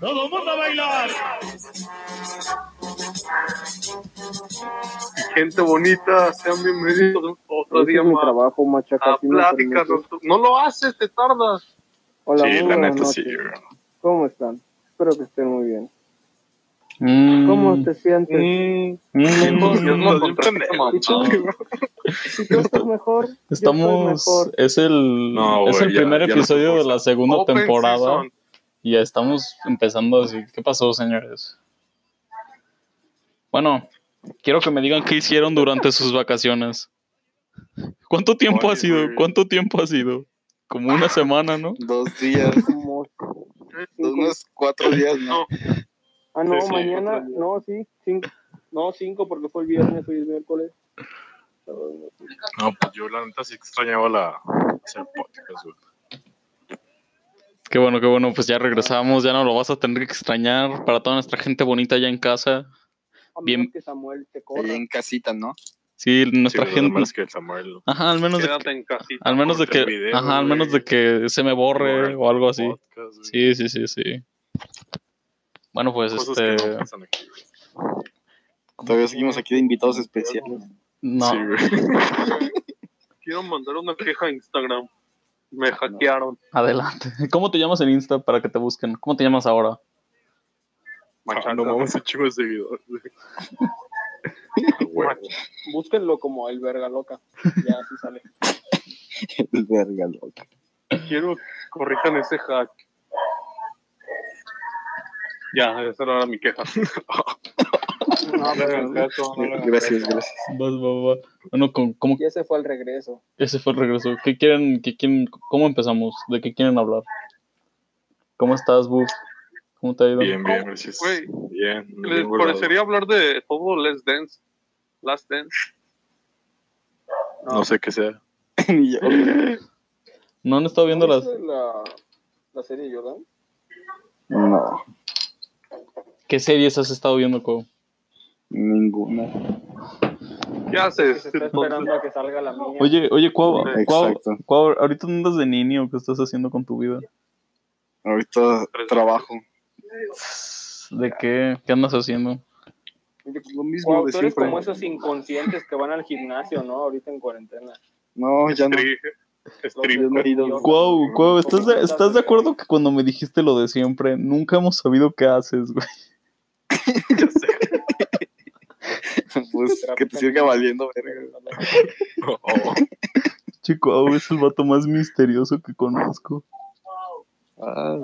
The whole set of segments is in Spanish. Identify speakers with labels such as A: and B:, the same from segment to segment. A: Todo el mundo a bailar.
B: Gente bonita, sean bienvenidos otro
C: Ese
B: día
C: es mi
B: más
C: trabajo, machaca.
B: a
C: sí me
B: pláticas.
C: permites.
B: No lo haces, te tardas.
C: Hola,
D: sí,
C: muy
D: la
C: buenas
D: neta sí,
C: noches.
D: güey.
C: ¿Cómo están? Espero que estén muy bien.
D: Mm.
C: ¿Cómo te sientes?
B: Mm,
E: pues,
D: Mm.
B: no, yo no
D: Estamos-
B: contesto, mamá.
C: ¿Y tú? Si tú estás mejor, yo estoy
D: Estamos.
C: mejor.
D: Es el, No,
E: güey,
D: es el
E: ya-
D: primer
E: ya no
D: episodio de la segunda
B: Open
D: temporada.
B: season.
D: Y ya estamos empezando así. ¿Qué pasó, señores? Bueno, quiero que me digan qué hicieron durante sus vacaciones. ¿Cuánto tiempo
E: Oye,
D: ha sido?
E: güey.
D: ¿Cuánto tiempo ha sido? Como una semana, ¿no?
E: Dos días,
C: Como- cinco-
E: unos cuatro días, ¿no?
C: Ah, no,
E: Sí, sí.
C: mañana, no, sí, cinco, no, cinco, porque fue el viernes, hoy es miércoles.
E: No, pues yo la neta sí extrañaba la hacer podcast, güey.
D: Qué bueno, qué bueno. Pues ya regresamos. Ya no lo vas a tener que extrañar. Para toda nuestra gente bonita allá en casa.
C: A menos
D: Bien.
C: que Samuel te corra.
F: Ahí en casita, ¿no?
D: Sí, nuestra
E: Sí,
D: gente.
E: Más que el Samuel.
D: Ajá, al menos de
B: Quédate en casita.
D: Al menos de
E: corta
D: que,
E: el video,
D: ajá, al menos de
E: güey.
D: que se me borre
E: Borra
D: o algo así.
E: podcast, güey.
D: Ah, Sí, sí, sí, sí. Bueno, pues
E: Cosas
D: este,
E: que no pasan aquí.
F: Todavía seguimos aquí de invitados especiales.
D: no,
E: Sí, güey.
B: Quiero mandar una queja a Instagram. Me hackearon.
D: adelante. ¿Cómo te llamas en Insta para que te busquen? ¿Cómo te llamas ahora?
E: Ah, no mames, un chingo de seguidores, güey. Ah, güey.
C: Búsquenlo como el verga loca. Ya así sale.
F: El verga, loco.
B: Quiero que corrijan ese hack. Ya, esa era mi queja.
C: No,
B: No le hagan
C: pero-
B: caso, no le hagan
F: Gracias,
B: caso.
F: gracias.
D: Vas, va, va. Bueno, con- ¿cómo
C: y ese fue el regreso.
D: ese fue el regreso? ¿Qué quieren, qué quieren, cómo empezamos? ¿De qué quieren hablar? ¿Cómo estás, Buff? ¿Cómo te ha ido?
E: Bien, bien, gracias.
B: Güey,
E: Bien.
B: ¿Les
E: bien guardado.
B: parecería hablar de todo Less Dance? Last Dance.
E: No sé qué sea.
F: Ni yo.
D: ¿No han estado viendo las?
C: ¿Viste La, la serie de Jordan?
F: No,
D: ¿Qué series has estado viendo, Cobo?
F: ninguna.
B: ¿Qué haces?
C: Se está esperando a que salga la mía.
D: Oye, oye, Cuau,
B: Sí.
D: Cuau,
F: Exacto.
D: Cuau, ahorita no andas de niño, ¿qué estás haciendo con tu vida?
F: Ahorita trabajo.
D: ¿De qué? ¿Qué andas haciendo?
F: Lo mismo
C: Wow,
F: de
C: tú eres
F: siempre.
C: como esos inconscientes que van al gimnasio, ¿no? Ahorita en cuarentena.
F: No, ya no. Yo no he ido.
D: Cuau, Cuau, ¿estás de, estás de acuerdo que cuando me dijiste lo de siempre, nunca hemos sabido qué haces, güey?
E: Ya sé.
F: Pues que te siga valiendo, verga.
E: Oh, oh.
D: Chico, Cuau es el vato más misterioso que conozco.
F: Ah,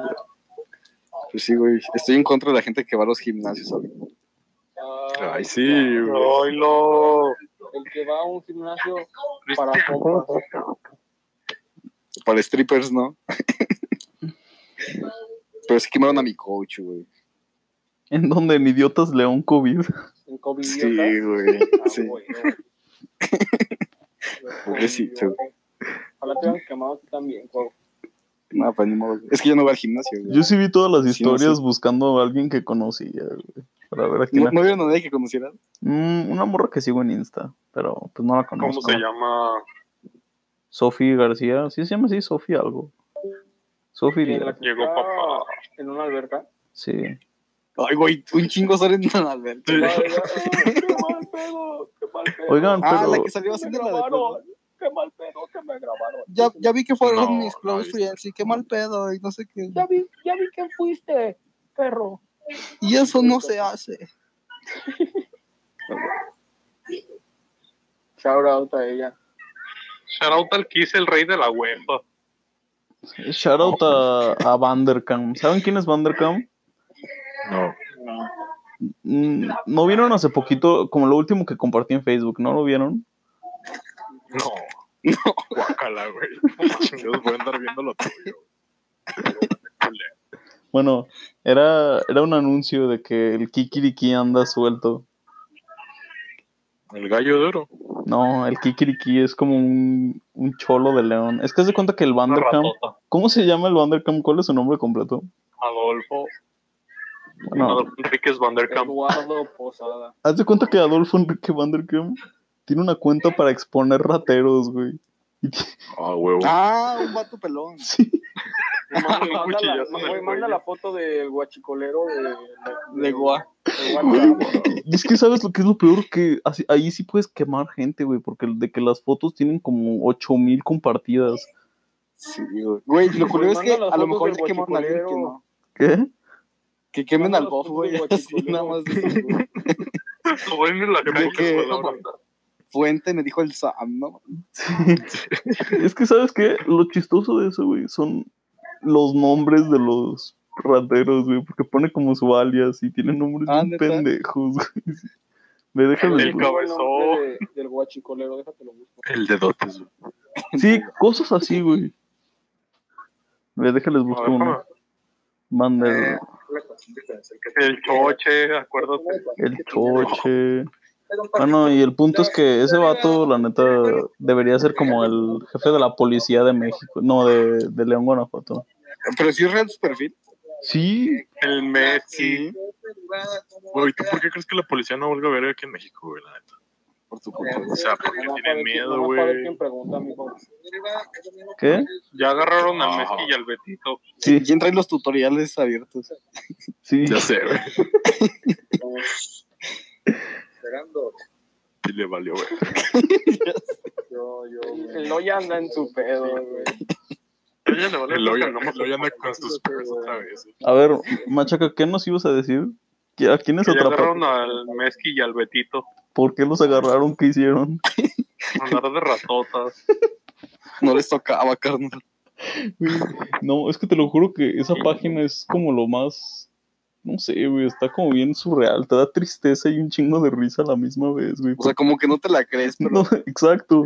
F: pues sí, güey. Estoy en contra de la gente que va a los gimnasios. ¿sabes?
E: Ay, sí, güey.
B: Oilo.
C: El que va a un gimnasio para compas.
F: Para strippers, ¿no? Pero sí quemaron a mi coach, güey.
D: En donde en Idiotas León COVID.
C: En COVID. Ah,
F: Sí, güey. Sí. Pobrecito.
C: Ojalá te hayan quemado tú también, Cuau.
F: No, pues ni modo. Es que yo no voy al gimnasio, güey.
D: Yo sí vi todas las
F: Sí, no sé.
D: historias buscando a alguien que conocía, güey. Para ver a quién
F: ¿No,
D: era.
F: ¿No vieron a nadie que conocieras?
D: Mm, una morra que sigo en Insta, pero pues no la conozco.
B: ¿Cómo se llama?
D: Sofi García. Sí se llama así, Sofi algo. Sofi
C: En la
D: Díaz.
C: que
B: Llegó
C: está
B: papá.
C: Ah, En una alberca.
D: Sí.
F: Ay, güey, un chingo salen en la alberca.
C: Ay, ay, ay, ¡Qué mal pedo! ¡Qué mal pedo!
D: Oigan,
F: Ah,
D: pero...
F: la que salió
C: ¡Que
F: así
C: me
F: de la de
C: grabaron! ¡Qué mal pedo que me grabaron!
F: ya, ya vi que fueron
E: No,
F: mis
E: no,
F: claustras y qué mal pedo y no sé qué.
C: Ya vi, ya vi que fuiste, perro.
F: Y
C: pues,
F: eso no se hace.
C: Shout out a ella.
B: Shoutout al Kiss, el rey de la UEFA.
D: Shout out a, a Vanderkam. ¿Saben quién es Vanderkam?
E: No.
D: Mm, No vieron hace poquito, como lo último que compartí en Facebook, ¿no lo vieron?
E: No. Guácala, güey. Chingados, voy a andar viendo lo tuyo.
D: Bueno, era, era un anuncio de que el Kikiriki anda suelto.
E: El gallo de oro.
D: No, el Kikiriki es como un, un cholo de león. Es que se cuenta que el
B: Una
D: Vanderkam.
B: ratota.
D: ¿Cómo se llama el Vanderkam? ¿Cuál es su nombre completo?
B: Adolfo.
D: No.
B: Adolfo Enríquez Vanderkamp.
C: Eduardo Posada.
D: Haz de cuenta que Adolfo Enrique Vanderkamp tiene una cuenta para exponer rateros, güey. Y ti-
E: Ah, huevo.
F: Ah, un vato pelón.
D: sí,
B: Manda un
C: Manda la,
B: cuchillazo en el
C: güey, manda
B: cuello.
C: la foto del guachicolero de, de,
F: De Goa.
C: de Guatemala.
D: y es que sabes lo que es lo peor, que así- ahí sí puedes quemar gente, güey, porque de que las fotos tienen como 8000 compartidas.
F: Sí, güey. Güey, lo curioso es que
C: Pues manda las
F: a lo
C: fotos
F: mejor
C: del
F: ya quemaron a alguien que
C: guachicolero.
F: no.
D: ¿Qué?
F: Que quemen
C: Manda
F: al
C: las
F: bof,
C: fotos
F: güey.
C: del
F: Así
C: guachicolero.
F: nada más. de esos, güey.
B: Lo ven en la calle,
F: que-
B: güey, la banda.
F: Fuente me dijo el Sam, ¿no?
D: Sí. Es que, ¿sabes qué? Lo chistoso de eso, güey, son los nombres de los rateros, güey, porque pone como su alias y tiene nombres
F: Ah,
D: bien
F: ¿neta?
D: pendejos, güey. Me dejan
B: El
C: Tengo el nombre
B: cabezón.
C: de- del guachicolero, déjate lo busco.
E: El de dotes. güey.
D: Sí, cosas así, güey. Me déjales
B: A
D: buscar
B: ver,
D: uno. Manda el-
B: El choche, acuérdate.
D: el choche. Ah, no, y el punto es que ese vato, la neta, debería ser como el jefe de la policía de México. No, de, de León, Guanajuato.
F: Pero sí es real su perfil.
D: Sí,
B: El Messi.
E: Güey, ¿tú por qué crees que la policía no valga verga aquí en México, güey? La neta.
F: Por su culpa.
E: O sea, porque
C: Nomás para
E: tienen
C: ver quién-
E: miedo,
C: nomás para ver
E: güey.
C: quién pregunta, mijo.
D: ¿qué?
B: Ya agarraron al
E: Ah.
B: Messi y al Betito.
D: Sí,
F: ¿Quién trae los tutoriales abiertos?
D: sí.
E: Ya sé, güey. Y le valió, güey.
C: El Loya anda en su pedo, güey.
B: Ella le vale
E: El Loya
B: verga,
E: el Loya anda con sus perros otra vez. güey.
D: A ver, Machaca, ¿qué nos ibas a decir? ¿Qui- ¿A quiénes
B: Que ya
D: atraparon?
B: agarraron al Messi y al Betito.
D: ¿Por qué los agarraron? ¿Qué hicieron?
B: Andar de ratotas.
F: No les tocaba, carnal.
D: Güey, No, es que te lo juro que esa página es como lo más. No sé, güey, está como bien surreal. Te da tristeza y un chingo de risa a la misma vez, güey.
F: O sea, como que no te la crees, pero.
D: No, exacto.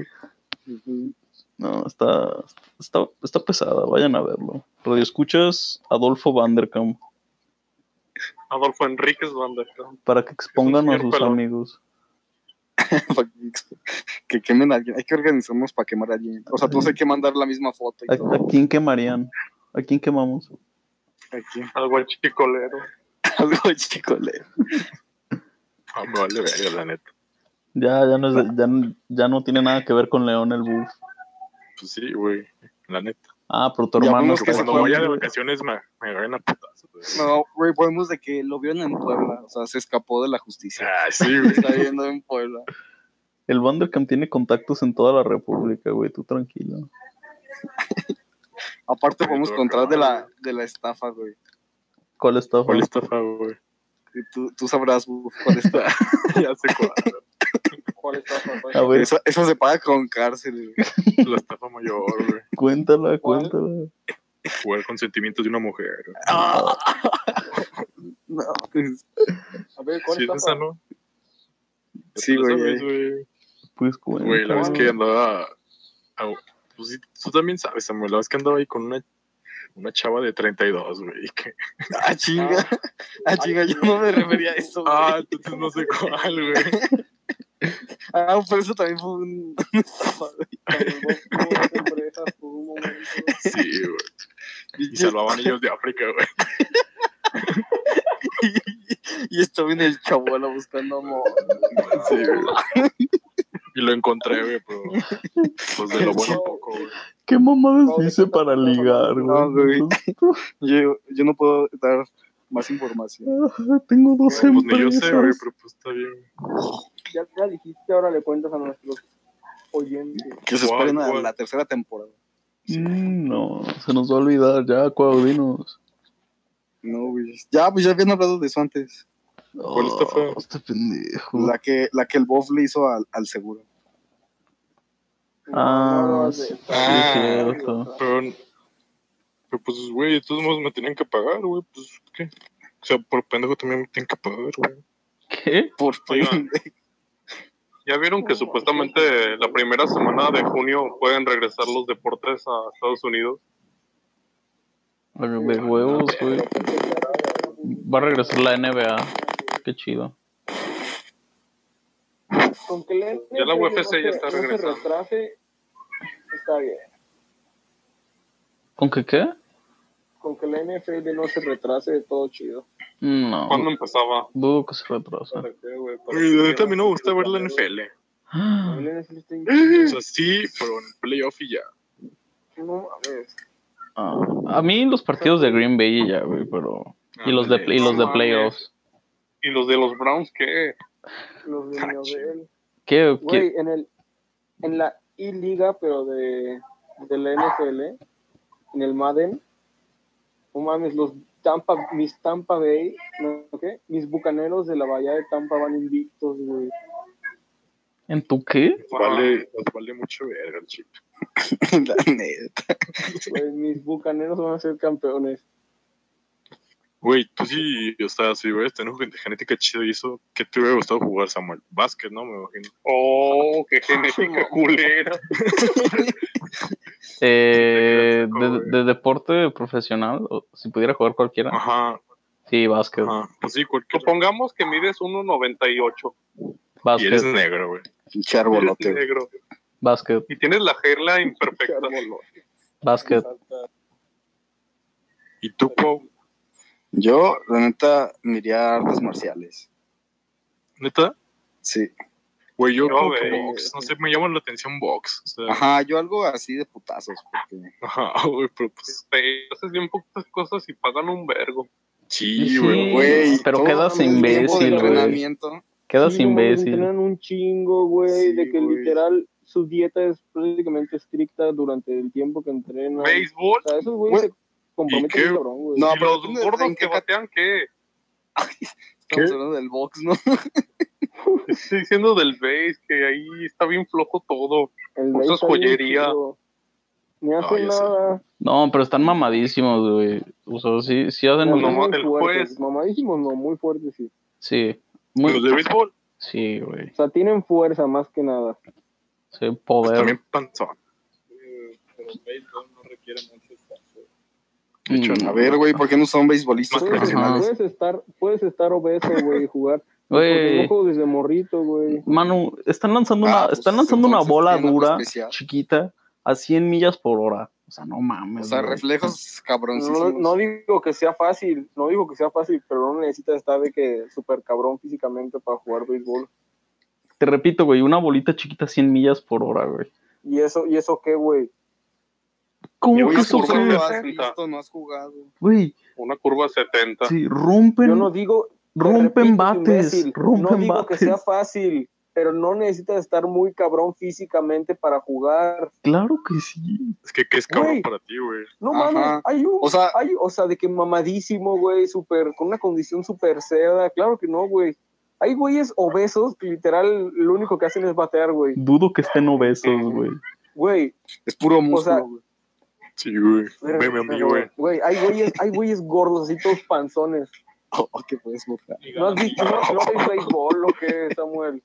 D: No, está, está, está pesada. Vayan a verlo. Radio escuchas Adolfo Vanderkamp
B: Adolfo Enríquez Vanderkamp.
D: para que expongan a
B: señor
D: sus
B: pelón.
D: amigos.
F: que quemen a alguien. Hay que organizarnos para quemar a alguien. O sea, todos hay que mandar la misma foto y
D: ¿A,
F: todo.
D: a quién quemarían? ¿A quién quemamos?
F: Aquí.
B: Al guachicolero.
F: Algo chico, le.
E: Ah, me vale verga, la neta.
D: Ya, ya no, es de- ya,
E: Ah.
D: no- ya no tiene nada que ver con León el Buff.
E: Pues sí, güey. La neta.
D: Ah, pero tu
F: Ya
D: hermano.
F: vemos que se
E: Cuando
F: fue,
E: vaya de
D: güey.
E: vacaciones me, me agarran a putazos, güey.
F: No, güey, podemos de que lo vieron en Puebla. O sea, se escapó de la justicia.
E: Ah, sí,
F: Lo
E: güey.
F: Está viendo en Puebla.
D: El Vanderkamp tiene contactos en toda la República, güey. Tú tranquilo.
F: Aparte, podemos encontrar de la, de la estafa, güey.
D: ¿Cuál está?
E: ¿Cuál estafa, güey?
F: Y Tú, tú sabrás buf, cuál está.
E: Ya sé cuál.
C: ¿Cuál está papá?
D: A ver,
F: Esa, esa se paga con cárcel, güey.
E: La estafa mayor, güey.
D: cuéntala,
C: ¿Cuál?
D: cuéntala.
E: Jugar con sentimientos de una mujer. güey.
F: No, pues,
C: A ver, ¿cuál
E: Sí, es
C: está
E: esa,
C: papá?
E: ¿no?
F: Sí,
E: Esa
F: güey. eh.
E: vez, güey.
D: Pues cuéntala.
E: Güey, la vez que andaba. a- pues sí, tú también sabes, Samuel. La vez que andaba ahí con una, una chava de 32, güey. y que-
F: Ah, chinga. Ah, chinga, yo no me refería a eso, güey.
E: Ah, entonces no sé cuál, güey.
F: Ah, pero eso también fue un... una estafa, güey.
E: Sí, güey. Y salvaban ellos de África, güey.
F: Y estaba en el chabuelo buscando amor.
E: Sí, güey. Y lo encontré, güey, pero. Pues de lo bueno poco, güey.
D: ¿Qué mamadas
C: No,
D: dice para
C: no,
D: ligar,
F: no,
D: güey?
F: Yo, yo no puedo dar más información.
D: Ah, Tengo dos
E: Pues ni yo sé, güey,
D: empresas.
E: pero pues está bien.
C: Ya ya dijiste, ahora le cuentas a nuestros oyentes.
F: Que se
E: Guau,
F: esperen a
E: guau.
F: la tercera temporada.
D: Mm, No, se nos va a olvidar ya, Cuaudinos.
F: No, güey. Ya, pues ya habían hablado de eso antes.
E: ¿Cuál está feo?
D: Oh, este pendejo.
F: La que, la que el Bob le hizo al, al seguro.
D: Ah,
C: No,
D: sí,
C: de-
D: es
E: Ah.
D: cierto.
E: Pero, pero pues, güey, de todos modos me tenían que pagar, güey. Pues, ¿qué? O sea, por pendejo también me tienen que pagar, güey.
D: ¿Qué?
F: Por
B: Oigan. Ya vieron que supuestamente la primera semana de junio pueden regresar los deportes a Estados Unidos.
D: De huevos, güey. Va a regresar la NBA. Qué chido.
C: Con que le
B: Ya la UFC ya está
C: no se
B: regresando.
C: retrase, está bien.
D: ¿Con qué qué?
C: con que la NFL no se retrase de todo chido.
D: No,
B: ¿Cuándo empezaba?
D: dudo que se retrasa.
C: ¿Para qué, güey? Para
E: Güey,
C: que-
E: la neta, a mí no me gusta ver la NFL.
C: A mí
D: Ah,
C: la NFL está bien
E: O sea, sí, pero en el playoff y ya.
C: chido, No mames.
D: Ah, A mí los partidos de Green Bay y ya, güey, pero...
E: Ah,
D: Y los de, y los de playoffs.
B: ¿Y los de los Browns qué?
C: Los de Nobel.
D: ¿Qué? qué?
C: Güey, en, el, en la I-Liga, pero de, de la NFL, en el Madden, no mames, los Tampa, mis Tampa Bay, ¿no? ¿qué? Mis bucaneros de la bahía de Tampa van invictos, güey.
D: ¿En tu qué?
E: Nos Vale, nos vale mucho verga el chip.
F: La neta.
C: Güey, Mis bucaneros van a ser campeones.
E: Güey, tú sí, o sea, si hubieras tenido gente genética chida y eso, ¿qué te hubiera gustado jugar, Samuel? Básquet, ¿no? Me imagino.
B: Oh, qué genética culera.
D: Eh, de,
E: güey.
D: de deporte profesional, o si pudiera jugar cualquiera.
E: Ajá,
D: Sí, básquet.
E: ajá. Pues sí, cualquier.
B: Supongamos que mides 1.98.
E: Y eres
D: Básquet,
E: negro, güey.
F: Pinche
B: eres
F: arbolote, güey.
B: negro.
D: básquet,
B: Y tienes la gerla imperfecta.
C: Charmolo.
D: básquet.
E: ¿Y tú, Pau?
F: Yo, la neta, miría artes marciales.
E: ¿Neta?
F: Sí.
E: Güey, yo
B: No,
E: como que
B: güey.
E: box, no sé, me llama la atención box. O sea, ajá.
F: Ajá, yo algo así de putazos. Porque...
E: güey, pero pues
B: Te Este, haces bien poquitas cosas y pagan un vergo.
E: sí,
D: Sí,
E: güey.
F: Güey,
D: pero
F: todo
D: quedas
F: el tiempo de
D: imbécil, güey.
F: entrenamiento.
D: Quedas
C: Sí, no mames,
D: imbécil.
C: entrenan un chingo, güey,
E: Sí,
C: de que
E: güey.
C: literal su dieta es prácticamente estricta durante el tiempo que entrenan.
B: Béisbol.
C: O sea, esos güeyes
F: Güey,
C: se comprometen
E: ¿y qué?
C: un cabrón, güey.
F: No,
B: ¿Y
F: pero
B: los
F: depende de
B: gordos
F: en
B: que
F: qué
B: batean qué?
F: Estamos
E: ¿Qué?
F: hablando del box, ¿no?
B: Estoy diciendo del base, que ahí está bien flojo todo.
C: El
B: eso es
C: béisbol,
B: joyería.
C: chido. Ni hace
E: ya sé.
C: nada.
D: No, pero están mamadísimos, güey. O sea, sí, sí hacen...
B: No,
C: Muy
B: nomás el
C: fuertes,
B: juez.
C: Mamadísimos, no, muy fuertes, sí.
D: Sí.
E: Los
D: Muy...
E: de béisbol,
D: Sí, güey.
C: O sea, tienen fuerza más que nada.
D: Sí,
E: pues
D: poder.
E: también panzón.
F: A ver, güey, ¿por qué no son beisbolistas
E: Más
C: Puedes,
F: profesionales?
C: puedes estar, puedes estar obeso, güey, y jugar. Porque
D: Güey,
C: no juego desde morrito, güey.
D: Manu, están lanzando
F: Ah,
D: una,
F: pues,
D: están lanzando una
F: entonces
D: bola
F: tienen algo
D: dura,
F: especial.
D: chiquita, a 100 millas por hora. O sea, no
F: O
D: mames.
F: sea,
D: güey.
F: reflejos
C: No,
F: cabroncísimos.
C: no digo que sea fácil, no digo que sea fácil, pero no necesitas estar de que super cabrón físicamente para jugar béisbol.
D: Te repito, güey, una bolita chiquita a 100 millas por hora, güey.
C: ¿Y eso, y eso qué,
B: Y
C: güey?
D: ¿Cómo
B: una
D: que
F: Güey,
D: eso,
F: tú
B: curva
D: güey?
F: no has
B: 60.
F: visto, no has jugado.
D: Güey,
B: Una curva 70.
D: sí, rompen,
C: Ah. Yo no digo. te
D: rompen
C: repito,
D: bates,
C: imbécil, No
D: rompen
C: digo que
D: bates.
C: sea fácil, pero no necesitas estar muy cabrón físicamente para jugar.
D: Claro que sí.
E: Es que, ¿qué es cabrón
C: Güey.
E: para ti, güey?
C: No
F: Ajá.
C: mames, hay un.
F: O sea,
C: hay- o sea, de que mamadísimo, güey, super, con una condición super cerda. Claro que no, güey. Hay güeyes obesos que literal lo único que hacen es batear, güey.
D: Dudo que estén obesos, güey.
C: Güey,
F: es puro músculo.
C: sea,
F: güey.
E: Sí, güey.
C: Pero-
E: Veme a mí,
C: pero,
E: güey.
C: Güey, hay güeyes, hay güeyes gordos, así todos panzones.
F: Oh, oh, que puedes mostrar.
C: ¿No has visto no, no ves béisbol o qué, Samuel?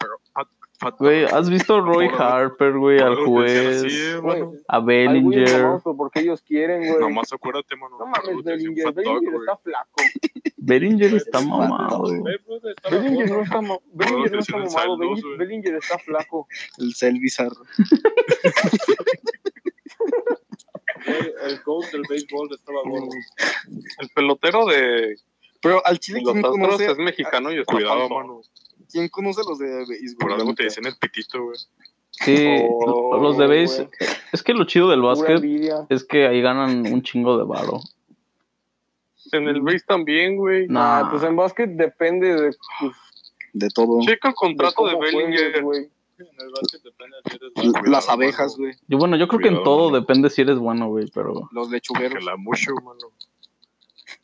E: Pero, fat- fat-
D: Güey, ¿has visto a Roy
E: Por-
D: Harper, güey, al
E: por- así,
D: juez,
C: Güey,
E: hermano.
D: a
C: hay güeyes
D: Bellinger,
C: famosos porque ellos quieren, güey. No,
E: Nomás acuérdate, mano.
C: mames,
E: Te decía un
C: Bellinger.
E: fat dog,
C: Bellinger
E: güey.
C: está flaco.
D: Bellinger está
F: Güey,
D: mamado. güey.
C: Bellinger no está, ma- Bellinger no
E: te
C: está
E: hicieron
C: mamado.
E: saldos,
C: Belli-
E: güey.
C: Bellinger está flaco.
F: El cel bizarro.
C: El coach del béisbol estaba gordo.
B: El pelotero de
F: Pero al chile,
B: los
F: ¿quién
B: Astros
F: conoce,
B: es mexicano y está
E: Cuidado,
B: panzón.
E: mano.
F: ¿quién conoce los de béisbol?
E: Por algo
F: La
E: te
F: neta.
E: dicen el pitito, güey.
D: Sí,
B: Oh,
D: los de base. Es que lo chido del
C: Pura
D: básquet
C: envidia.
D: es que ahí ganan un chingo de varo.
B: En el base también, güey.
D: Nah.
C: Ah, pues en básquet depende de, pues,
F: De todo.
B: Checa el contrato
C: cómo
B: de,
C: juegues,
B: Bellinger.
C: güey.
E: Cuidado,
F: Las
E: mano.
F: abejas, güey.
D: Yo, bueno, yo creo que en
E: Cuidado,
D: todo
E: mano.
D: depende si eres bueno, güey, pero...
F: Los
E: Que
F: lechugueros.
E: la mucho, mano.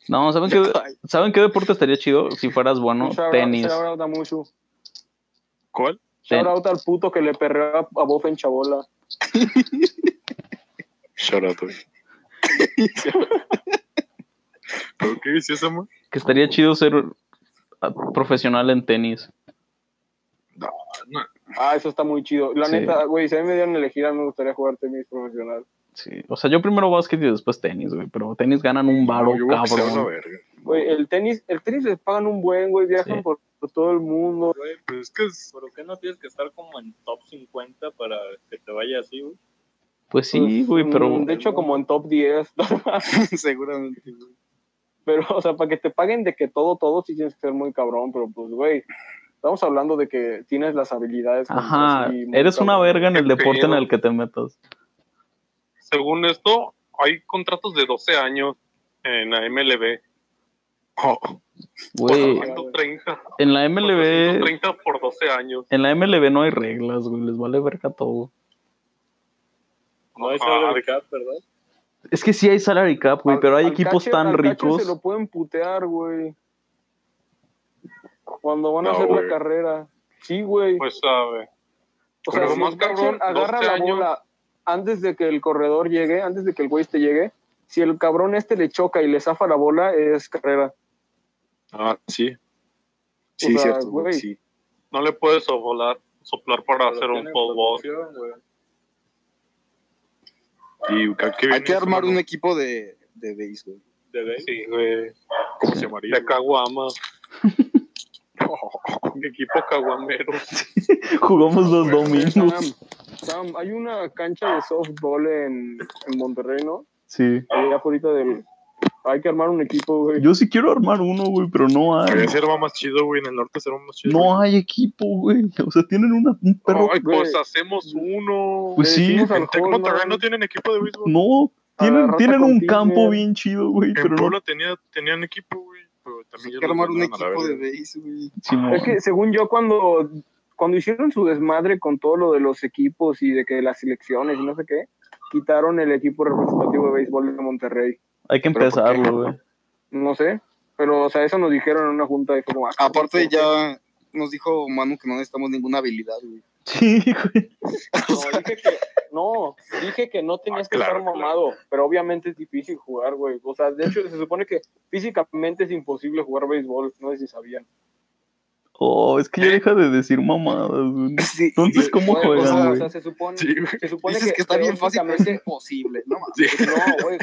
D: No, ¿saben qué,
F: Ay,
D: ¿saben qué deporte estaría chido si fueras bueno?
C: Shout out-
D: Tenis.
C: Shout out a Mushu.
E: ¿Cuál?
C: Shout out al puto que le perrea a Bofa en Chabola.
E: Shout out, güey. ¿Pero qué decías, amor?
D: Que estaría chido ser ah, profesional en tenis.
C: Ah, eso está muy chido. La
D: Sí.
C: neta, güey, si a mí me dieran a elegir, a mí me gustaría jugar tenis profesional.
D: Sí. O sea, yo primero básquet y después tenis, güey, pero tenis ganan un varo,
E: Yo voy a
G: Ah,
E: pisar una
D: cabrón.
E: verga.
C: Güey, el tenis, el tenis les pagan un buen, güey, viajan
D: Sí.
C: por, por todo el mundo.
E: Güey, Pues es que es-
A: ¿Pero qué no tienes que estar como en top 50 para que te vaya así, güey?
D: Pues sí,
C: Pues,
D: güey, pero.
C: mm, De hecho, como en top 10.
F: Seguramente, güey.
C: Pero, o sea, para que te paguen de que todo, todo, sí tienes que ser muy cabrón, pero pues, güey, estamos hablando de que tienes las habilidades. como
D: Ajá,
C: así, muy
D: eres una
C: cabrón.
D: verga en el
B: Qué
D: deporte en
B: pedo.
D: el que te metas.
B: Según esto, hay contratos de 12 años en la MLB.
E: Oh,
D: Güey,
B: 130.
D: en la MLB.
B: 130 por 12 años.
D: En la MLB no hay reglas, güey, les vale verga todo.
H: No hay
B: Ajá.
H: salary cap, ¿verdad?
D: Es que sí hay salary cap, güey,
C: Al-
D: pero hay
C: al
D: equipos
C: catcher-
D: tan
C: al catcher
D: ricos.
C: Se lo pueden putear, güey. Cuando van a
E: No,
C: hacer
E: güey.
C: la carrera. Sí, güey.
B: Pues sabe.
C: o sea,
B: pero
C: si
B: más
C: el catcher
B: cabrón,
C: agarra
B: 12
C: la
B: años.
C: bola antes de que el corredor llegue, antes de que el güey este llegue, si el cabrón este le choca y le zafa la bola, es carrera.
E: ah, sí.
F: Sí,
C: O sea,
F: cierto, güey.
C: güey.
F: Sí.
B: No le puedes soplar, soplar para
H: Pero
B: hacer un
H: tiene
B: pole vault.
H: protección, güey.
E: Y creo que
F: Hay que armar un
E: una
F: equipo de, de base, güey.
H: De ley.
B: Sí, güey.
E: ¿Cómo se llamaría?
B: De Caguama. Equipo caguamero.
D: Jugamos los domingos.
C: Sam, Sam, hay una cancha de softball en, en Monterrey, ¿no?
G: Sí.
C: Allá afuera del... Hay que armar un equipo, güey.
G: Yo sí quiero armar uno, güey, pero no hay.
E: Debería ser más chido, güey. En el norte será más chido.
G: No hay equipo, güey. O sea, tienen una, un perro.
B: Ay,
C: güey.
B: pues hacemos uno.
G: Pues
C: Le
G: sí,
C: decimos al
E: En Tec
C: Hall,
E: Monterrey no
C: ¿no?
E: tienen equipo de béisbol.
G: No. Tienen,
C: Agarrata
G: tienen
C: con
G: un
C: Tinder.
G: campo bien chido, güey,
E: En
G: pero no.
E: Puebla tenía, tenían equipo, güey. Pero
F: Hay que
E: también ya lo
F: armar un
E: mandaron a la
F: equipo de
E: verga.
F: base, güey.
G: Simón.
C: Es que según yo, cuando, cuando hicieron su desmadre con todo lo de los equipos y de que las selecciones y no sé qué, quitaron el equipo representativo de béisbol de Monterrey.
D: Hay que
F: ¿Pero por qué?
D: empezarlo, güey.
C: No sé, pero o sea, eso nos dijeron en una junta de como, ah,
F: Aparte, ya nos dijo Manu que no necesitamos ninguna habilidad, güey.
D: Sí, güey.
C: No, dije que, no, dije que no tenías
E: Ah,
C: que
E: claro,
C: estar mamado, pero obviamente es difícil jugar, güey. O sea, de hecho, se supone que físicamente es imposible jugar béisbol, no sé si sabían.
G: Oh, es que ya deja de decir mamadas, güey.
F: Sí.
G: Entonces, ¿cómo
C: Güey, o, sea,
G: juegan,
C: pues, o
G: güey?
C: sea, se supone,
E: Sí, güey.
C: se supone
F: Dices que, está bien fácil, pero es
C: teóricamente-
F: imposible. No, mames.
E: Sí.
C: No, güey,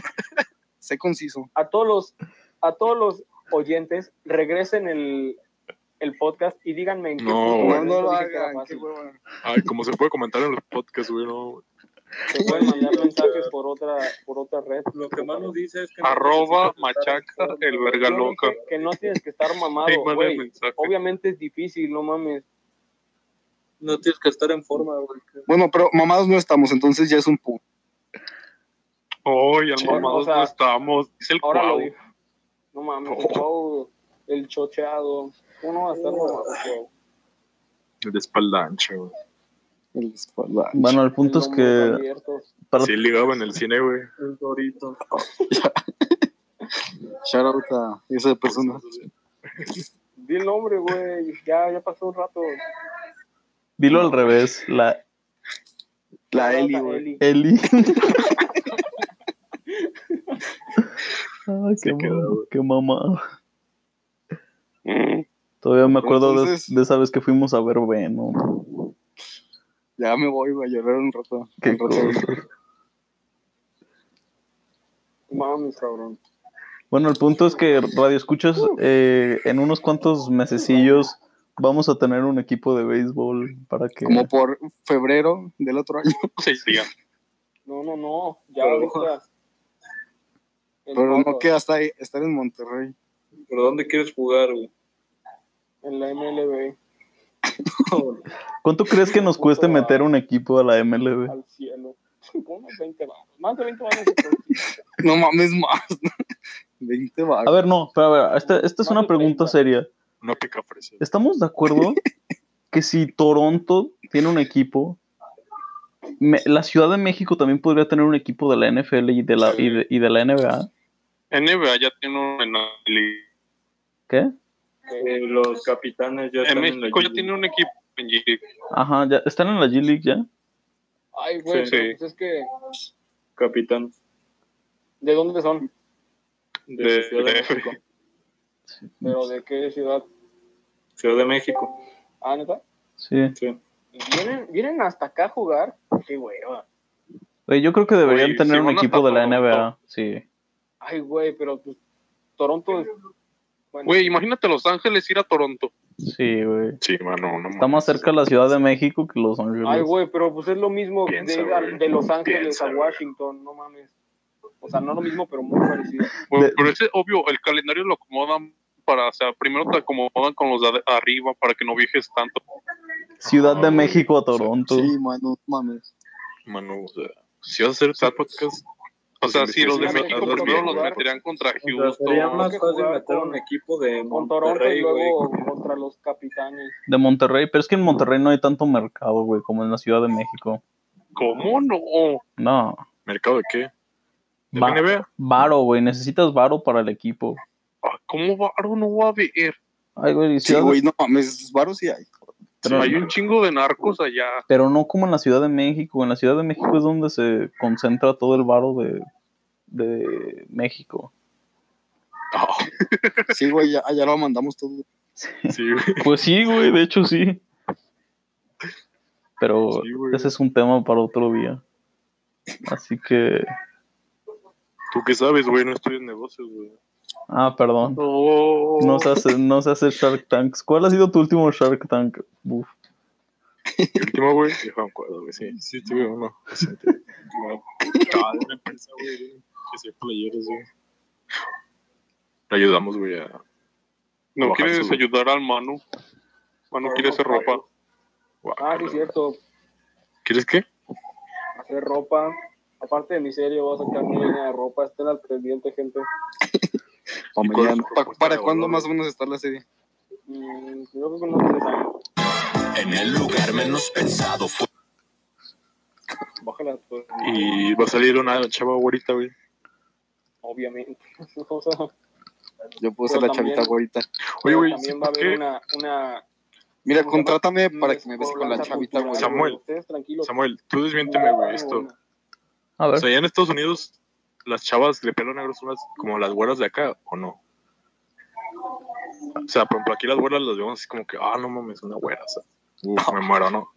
F: sé conciso.
C: a todos los, a todos los oyentes, regresen el, el podcast y díganme en qué
E: No,
C: punto
E: güey.
F: No,
C: de
F: no lo
C: esto dije que era
F: hagan. Qué
C: fácil.
F: hueva.
E: Ay, como se puede comentar en los podcasts, güey. No.
C: Se pueden mandar mensajes por otra, por otra red.
H: Lo que Manu dice es que. no
B: Arroba
H: tienes que estar-
B: machaca el verga
C: Yo
B: loca.
C: dije Que no tienes que estar mamado,
B: Ahí manda el
C: güey.
B: mensaje.
C: Obviamente es difícil, no mames.
H: No tienes que estar en forma, güey.
F: Bueno, pero mamados no estamos, entonces ya es un pu.
B: Ay, al
C: o
B: mamados
C: sea,
B: no estamos. Dice el
C: Ahora lo
B: cuau.
C: digo. No mames,
B: Oh.
C: el chau, el chocheado. Uno va a
H: Oh.
C: estar mamado, güey.
E: El de espalda ancha, güey.
F: El espalda.
D: Bueno, el punto es
C: Los
D: que.
C: hombros abiertos.
D: Para...
E: Sí, ligaba en el cine, güey.
H: El dorito.
F: Shout out a esa persona.
C: Di el nombre, güey. Ya, ya pasó un rato.
D: Dilo al revés, la
F: La
C: Shout out
F: Eli,
C: a
F: güey.
D: Eli. Ay, qué,
E: Se quedó,
D: mam-
E: güey.
D: qué mamada. Todavía me acuerdo de-
F: Mm. Entonces-
D: de, esa vez que fuimos a ver Venom.
F: Ya me voy, güey, a llorar un rato.
D: Qué
F: Un rato.
C: Mames, cabrón.
D: Bueno, el punto es que Radio Escuchas, eh, en unos cuantos mesecillos vamos a tener un equipo de béisbol para que...
F: Como por febrero del otro año.
B: Sí, diga.
C: No, no, no. Ya
H: Pero-
C: ahorita. En
F: Pero no
C: Cuapa,
F: que hasta ahí- estar en Monterrey.
H: ¿Pero dónde quieres jugar, güey?
C: En la MLB,
D: ¿Cuánto crees que nos cueste meter un equipo a la MLB?
C: al cielo. Unos 20 varos. Más de 20 varos. Esta
F: No mames más. 20 baros.
D: A ver, no, pero a ver, esta, esta es una pregunta seria.
E: Una pica fresa.
D: ¿Estamos de acuerdo que si Toronto tiene un equipo, me- la Ciudad de México también podría tener un equipo de la NFL y de la, y de, y de la NBA?
B: NBA ya tiene un en, la liga.
D: ¿Qué?
H: Eh, los capitanes ya
B: En
H: están en la
B: México ya
H: G-League.
B: tiene un equipo en G.
D: Ajá, ya están en la G League ya.
C: Ay, güey.
H: Sí,
B: sí.
C: pues es que,
H: capitán
C: ¿de dónde son?
H: de,
B: De-
H: Ciudad de
B: de-
H: México.
C: Pero de qué ciudad.
H: Ciudad de México.
C: Ah, neta.
D: Sí.
H: Sí.
C: ¿Y vienen, vienen hasta acá a jugar? Qué hueva.
D: Güey, Yo creo que deberían
B: Oye,
D: tener
B: si
D: un
B: van hasta
D: equipo de la
B: Toronto.
D: NBA. Sí.
C: Ay, güey, pero pues, Toronto. es- Bueno,
B: Güey, imagínate Los Ángeles ir a Toronto.
D: Sí, güey.
E: Sí, mano, no
D: Está más cerca la Ciudad de México que Los Ángeles.
C: Ay, güey, pero pues es lo mismo de
E: Piensa,
C: ir a- de,
E: güey.
C: Los Ángeles
E: Piensa,
C: a
E: güey.
C: Washington, no mames. O sea, no lo mismo, pero muy parecido.
B: Bueno,
D: De-
B: pero ese obvio, el calendario lo acomodan para, o sea, primero te acomodan con los de ade- arriba para que no viajes tanto.
D: Ciudad de México a Toronto.
F: Sí, mano, no mames.
E: Mano, o sea, si vas a hacer tal podcast,
B: O sea,
E: Sí,
B: si los de
E: sí,
B: México
E: sí,
B: primero
E: sí,
B: los
E: sí.
B: meterían contra
H: Sería
B: Houston.
H: más fácil
C: jugar
H: meter
C: con-
H: un equipo de
C: Con Toronto y
H: Monterrey, güey.
C: luego contra los capitanes.
D: De Monterrey, pero es que en Monterrey no hay tanto mercado, güey, como en la Ciudad de México.
B: ¿Cómo no?
D: No.
E: ¿mercado de qué? ¿De
D: Va-
E: la NBA?
D: varo, güey. Necesitas varo para el equipo.
B: Ah, ¿Cómo Varo no va a ver?
D: Ay, güey, y
F: Sí,
D: Ciudad-
F: güey, no mames, varos sí hay.
D: pero,
B: Hay un chingo de narcos allá.
D: pero no como en la Ciudad de México. En la Ciudad de México es donde se concentra todo el varo de, de México.
E: Ah,
F: Sí, güey, ya- allá lo mandamos todo.
E: sí, güey.
D: Pues sí, güey, de hecho sí. Pero
E: Sí, güey.
D: ese es un tema para otro día. Así que.
E: Tú qué sabes, güey, no estoy en negocios, güey.
D: Ah, perdón.
B: No.
D: No se hace, no se hace Shark Tanks. ¿Cuál ha sido tu último Shark Tank? Uf.
E: El último, güey, yo no me acuerdo, güey. Sí, sí, tuve uno. Sí, tuve uno. Ah, de una empresa, güey, que se playeros, güey. Le ayudamos, güey, a.
B: ¿No
E: Bajar
B: quieres
E: su-
B: ayudar al Manu? Manu quiere hacer ropa.
C: Ah, sí, es cierto.
E: ¿Quieres qué?
C: Hacer ropa. Aparte de mi serie, voy a sacar mi línea de ropa. Estén al pendiente, gente.
F: Pa'
E: ¿Y cuál es
F: mañana.
E: tu
F: Pa-
E: propuesta
F: ¿Para
E: de
F: cuándo
E: valor?
F: más o menos está la serie?
C: Mm, yo creo que no les hago.
I: En el lugar menos pensado fue.
C: Bájala, pues,
E: Y va a salir una chava ahorita, güey.
C: obviamente. O sea,
F: Yo puedo
C: Pero
F: ser la
C: también-
F: chavita güerita.
E: Oye, güey,
C: también va a haber
E: ¿qué?
C: una, una...
F: Mira,
C: ¿cómo se llama?
F: contrátame para
C: un
F: que me bese con la
C: programa
F: chavita
C: cultural,
F: güerita.
E: Samuel.
C: güey. Ustedes tranquilos.
E: Samuel, tú desmiénteme,
C: Oh,
E: güey, esto.
D: A
E: O
D: ver.
E: sea, allá en Estados Unidos, las chavas de pelo negro son las, como las güeras de acá, ¿o no? O sea, por ejemplo, aquí las güeras las vemos así como que, ah, no mames, una güera, o sea, uf, me muero, ¿no?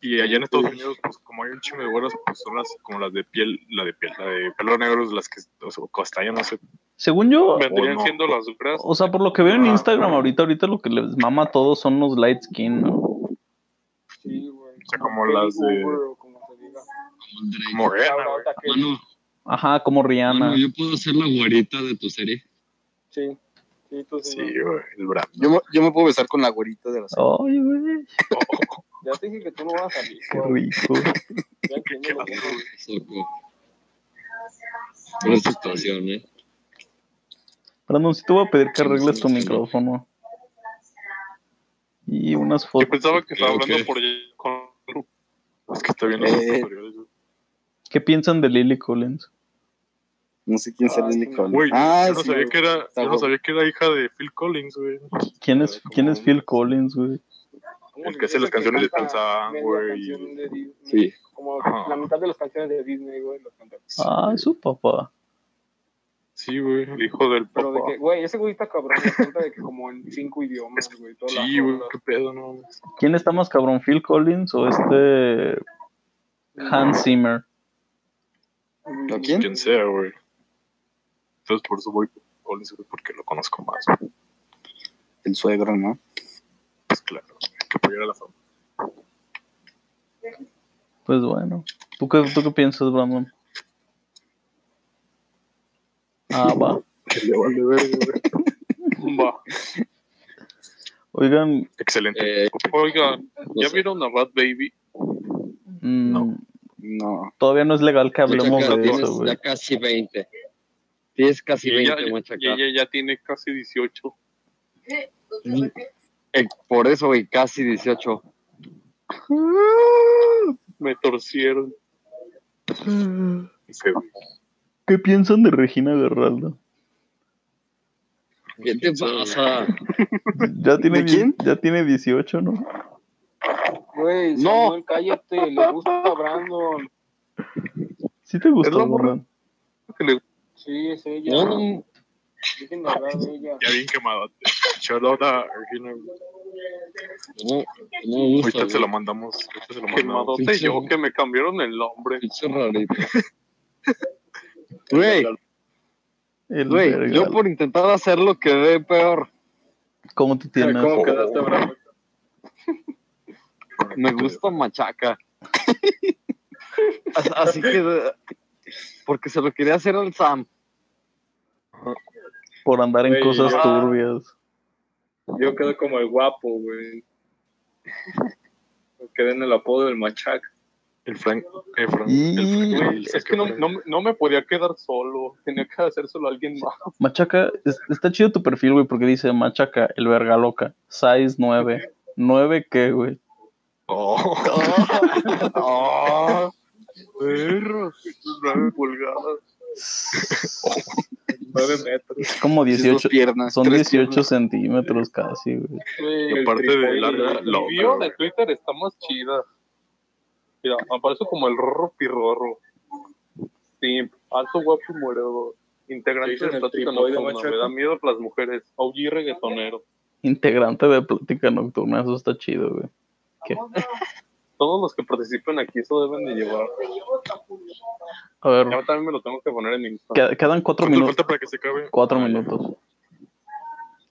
E: Y allá en Estados Unidos, pues como hay un chingo de güeras, pues son las como las de piel, la de piel, la de pelo negro, es las que, o sea, castaña, no sé.
D: Según yo,
B: Vendrían
E: no.
B: siendo las grasas.
D: o sea, por lo que veo en Instagram ahorita, ahorita lo que les mama a todos son los light skin, ¿no?
C: Sí, güey.
E: sea, como las de-
C: Uber, o como se diga.
E: Morena,
C: Ahora,
E: güey.
C: ahorita que-
J: Mano,
D: Ajá, como Rihanna.
J: mano, yo puedo ser la guarita de tu serie.
C: Sí. Sí, tú sí.
E: Sí,
C: güey.
E: güey, el brand.
F: Yo, me- yo me puedo besar con la güerita de la serie.
D: Ay, güey,
C: Ya te dije que tú no vas a salir.
D: qué
C: güey.
D: rico.
C: Ya entiendo lo que dices.
J: Zorco. Por esta situación, ¿eh?
D: Brandon, sí te voy a pedir que arregles tu micrófono. Y unas
B: Yo
D: fotos.
B: pensaba que estaba
J: Ok.
B: hablando por con
E: Es que está bien los
F: Eh.
E: tutoriales, güey.
D: ¿Qué piensan de Lily Collins?
F: No sé quién será
C: Ah,
F: el
C: sí,
F: Nicole.
E: Güey,
F: ah,
E: yo no
F: sí,
E: sabía
F: güey.
E: que era,
F: Está
E: yo no
F: guapo.
E: sabía que era hija de Phil Collins, güey.
D: ¿Quién es,
E: Como
D: quién es
E: un-
D: Phil Collins, güey?
C: Como
E: El que hace
C: dice
E: las canciones de
C: canta
E: Tarzán,
C: media
E: güey.
C: canción de Disney.
J: Sí.
C: Como
E: Ajá.
C: la mitad de las canciones de Disney, güey, las canta.
D: Ah, es su papá.
E: Sí, güey.
B: el hijo del
C: Pero de
B: papá.
C: que, güey, ese güey está cabrón, la canta de que como en cinco idiomas, güey, todas las
E: Sí, güey,
C: rolas.
E: qué pedo, no mames.
D: ¿Quién está más cabrón, Phil Collins o este Hans Zimmer?
F: ¿A
C: Mm,
F: quién?
E: Quien sea, güey. Entonces por eso voy por Collins, güey, porque lo conozco más. güey.
F: El suegro, ¿no?
E: Pues claro, güey, que apoyar a la fama.
D: Pues bueno. ¿Tú qué, tú qué piensas, Brandon? Ah, va.
E: Que le vale verga, güey.
B: Va.
D: Oigan,
E: Excelente.
J: Eh,
B: Oiga,
J: no
B: ¿ya
J: sé.
B: vieron a Bad Baby?
D: mm,
E: No.
F: No.
D: todavía no es legal que hablemos
J: Machaca,
D: de
J: tienes
D: eso,
J: ya
D: güey.
J: casi 20. Tienes casi
B: Y ella,
J: 20, machaca.
B: y ella ya tiene casi 18.
J: Eh, por eso, güey, casi 18.
B: Pues, Me torcieron.
E: Ese, güey.
D: ¿Qué piensan de Regina Garralda?
J: ¿Qué te pasa?
D: Ya tiene,
F: ¿De
D: die-
F: quién?
D: Ya tiene 18, ¿no?
C: Güey,
F: No.
C: Samuel, cállate, le gusta a Brandon.
D: Sí te
B: Es la
D: gustó,
B: morra.
D: Brandon.
B: Que le-
C: Sí, es ella.
J: No, no,
C: Déjenme hablar de ella.
E: Ya bien quemado. Shout out a Regina. güey.
J: no, no me gusta.
E: Ahorita se lo
J: güey.
E: mandamos. Ahorita se lo mandamos.
B: Quemadote y yo que me cambiaron el nombre.
J: Pinche rarito.
F: Güey,
D: El
F: güey,
D: verga.
F: yo por intentar hacer lo quedé peor.
D: ¿Cómo te tienes?
H: ¿Cómo
E: Oh,
H: quedaste, bravo?
J: Me
E: este
J: gusta machaca. As- Así que. Porque se lo quería hacer al Sam.
D: Por andar en
H: Güey,
D: cosas
H: ah.
D: turbias.
H: Yo quedo como el guapo, güey. Me Quedé en el apodo del machaca.
E: El Frank. El Frank.
D: Y-
E: el Frank-
B: Güey,
E: el
B: es que no,
E: Frank-
B: no- no me podía quedar solo, tenía que hacérselo a alguien más.
D: Machaca, es- está chido tu perfil, güey, porque dice Machaca, el verga loca. Size 9. ¿9 qué, güey?
E: Oh,
B: ¡Ah! Perro, nueve pulgadas.
H: Nueve metros.
D: Es como
F: Sí, dos
D: 18.
F: piernas,
D: Son
F: tres
D: 18 centímetros casi, güey.
B: Güey,
E: y aparte de la, la,
B: el bio de Twitter está más chida. Mira, aparece como el rorro pirrorro. Simp, alto guapo y moreno. Integrante
H: Dicen
B: de
H: el
B: Plática
H: tripoide
B: Nocturna,
H: machaca.
B: me da miedo las mujeres. OG reggaetonero.
D: Integrante de plática nocturna, eso está chido, güey.
B: Todos los que participen aquí eso deben de llevar.
D: A ver,
B: Yo también me lo tengo que poner en Instagram.
D: qued- quedan 4
E: ¿Cuánto
D: minutos.
E: falta para que se acabe?
D: Cuatro
E: Ah, ya.
D: minutos.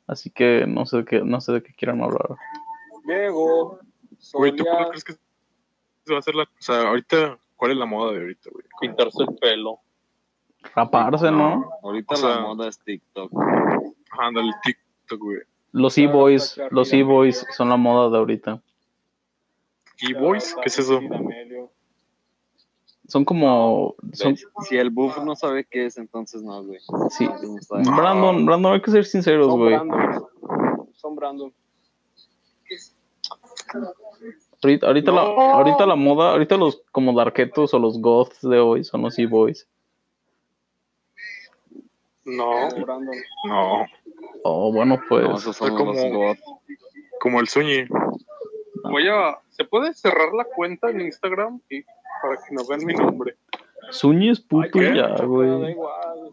D: Así que no sé de qué, no sé de qué quieran hablar.
C: Diego,
E: Güey, ¿tú
C: Sonia,
E: cuándo crees que se va a hacer la. O sea, ahorita, ¿cuál es la moda de ahorita, güey?
B: Pintarse el pelo.
D: Raparse, ¿no?
J: Ahorita
E: O sea-
J: la moda es TikTok.
E: Ajá, ándale, el TikTok, güey.
D: Los e-boys, los e-boys son la moda de ahorita.
E: ¿E-Boys? ¿Qué es eso?
D: Son como, son,
J: Si el buff no sabe qué es, entonces no, güey.
D: sí.
J: No sabe.
D: Brandon, Brandon, hay que ser
J: Pues,
D: sinceros,
C: son
D: güey.
C: Brandon. Son Brandon.
D: Ahorita, ahorita la, ahorita la moda, ahorita los como darketos o los goths de hoy son los e-boys.
B: No.
C: Son Brandon.
E: No,
D: Oh, bueno,
J: No,
D: pues.
J: esos son
E: como-
J: los God.
E: como el Suñi.
B: Voy a. ¿Se puede cerrar la cuenta en Instagram? Y para que no vean mi nombre.
D: Zuñi es puto
E: ¿qué?
D: ya,
C: Pero da
D: güey.
C: igual.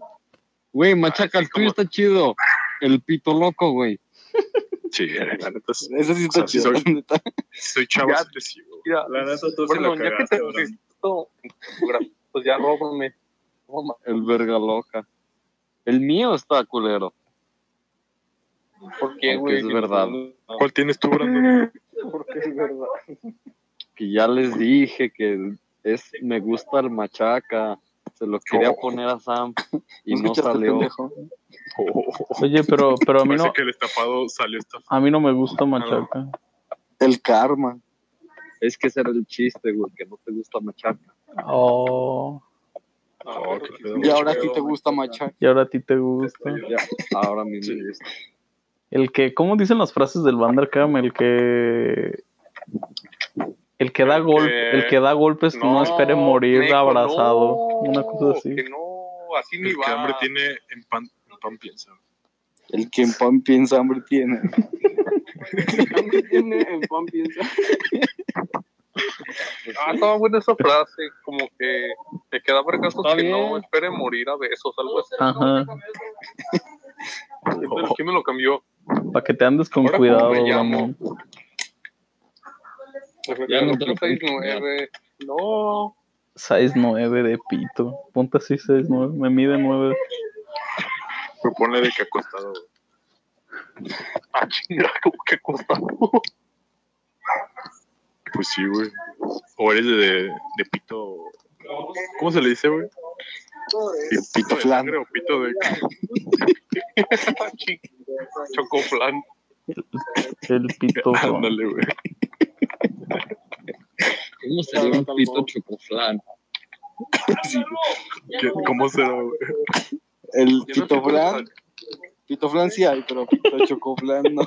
J: Güey, machaca, el tuyo está chido. El pito loco, güey.
E: Sí, la neta, sí
F: Ese sí está
E: O sea, sí
F: chido,
E: soy-
F: la neta.
E: soy chavo
B: Ya.
E: agresivo.
B: Mira,
H: La neta, tú se la
B: Brandon, ya que
H: cagaste,
B: te
H: Brandon.
B: pusiste todo en Instagram, pues ya róbame. Toma.
J: El verga loca. El mío está culero.
B: ¿Por qué,
J: Aunque
B: güey?
J: es verdad.
E: ¿Cuál tienes tú, Brandon?
C: Porque es verdad.
J: Que ya les dije que es me gusta el machaca. Se lo quería
E: Oh.
J: poner a Sam y no
F: escuchaste,
J: salió.
F: pendejo?
E: Oh,
D: Oye, pero, pero a mí
E: parece
D: no,
E: que el estafado salió estafado.
D: a mí no me gusta machaca.
F: El karma.
J: Es que ese era el chiste, güey, que no te gusta machaca.
D: Oh,
E: Oh, qué pedo.
F: Y ahora a ti te gusta machaca.
D: y ahora a ti te gusta.
J: Ya, ahora mismo. me gusta.
D: El que, ¿cómo dicen las frases del Vanderkam? El que. El que da golpe, el que da golpes no, espere morir
B: Nico,
D: abrazado.
B: no,
D: Una cosa así.
B: Que no, así ni
E: El que
B: va.
E: hambre tiene en pan, en pan piensa.
F: El que en pan piensa, hambre tiene.
C: También tiene en pan piensa.
B: Ah, estaba buena esa frase, como que te queda vergasos
J: Está
B: que
J: bien.
B: no espere morir a besos, algo así.
D: Ajá.
B: Entonces, ¿quién me lo cambió?
D: Para que te andes con
B: Ahora, ¿cómo
D: cuidado,
B: me llamo?
D: Ramón.
J: Ya no te lo puedo
B: 6-9. No,
D: 6'9 de pito. Ponte así 6'9. Me mide 9.
E: Pero ponle de que acostado, güey.
B: ah, chinga, como que cosa.
E: Pues sí, güey. O eres de, de, de pito. ¿Cómo se le dice, güey? Sí,
F: Pito
E: de
F: flan.
E: sangre o pito de.
B: Chocoflan.
D: El pito. güey.
E: Ándale, güey.
J: ¿Cómo sería un pito chocoflan?
E: ¿Qué- ¿Cómo será, güey?
F: El
B: Yo no
F: pito
B: sé cuál
F: flan. Pito flan sí hay, pero pito chocoflan no.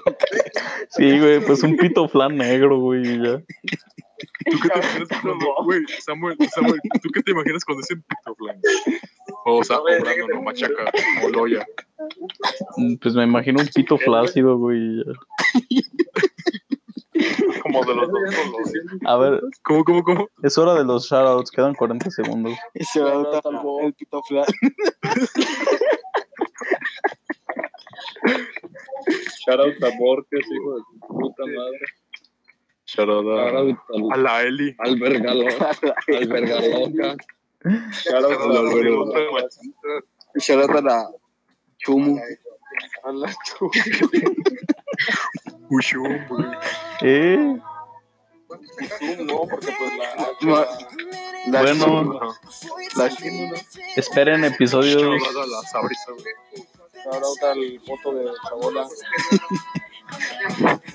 D: Sí, güey, pues un pito flan negro, güey. y ya.
E: ¿Tú qué te imaginas cuando, güey, Samuel, Samuel, ¿tú qué te imaginas cuando dicen pito flan? O, sea, o Brandon, o Machaca, o Loya.
D: Pues me imagino un pito flácido, güey. y ya.
B: Como de los dos colores.
D: A ver,
E: ¿Cómo, cómo, cómo?
D: es hora de los shoutouts. Quedan 40 segundos.
F: Y se va a dar el pito flan.
H: Shout out a Borges, hijo de su puta madre.
E: Charada.
J: Ahora al,
E: A la Eli.
J: al verga loca. Al verga loca.
H: Shout out a
E: Pero la
H: Borges.
E: pregunta de Machaca.
F: Y se va a dar a Chumu.
C: A la chu-
E: Uy, hombre.
D: ¿Eh?
C: Zoom, no, porque pues la.
A: Ma- la
D: Bueno,
E: Ajá.
A: la chino, ¿no?
D: esperen episodios.
E: Chavada la sabrisa, güey.
C: Ahora otra el foto de Chabola.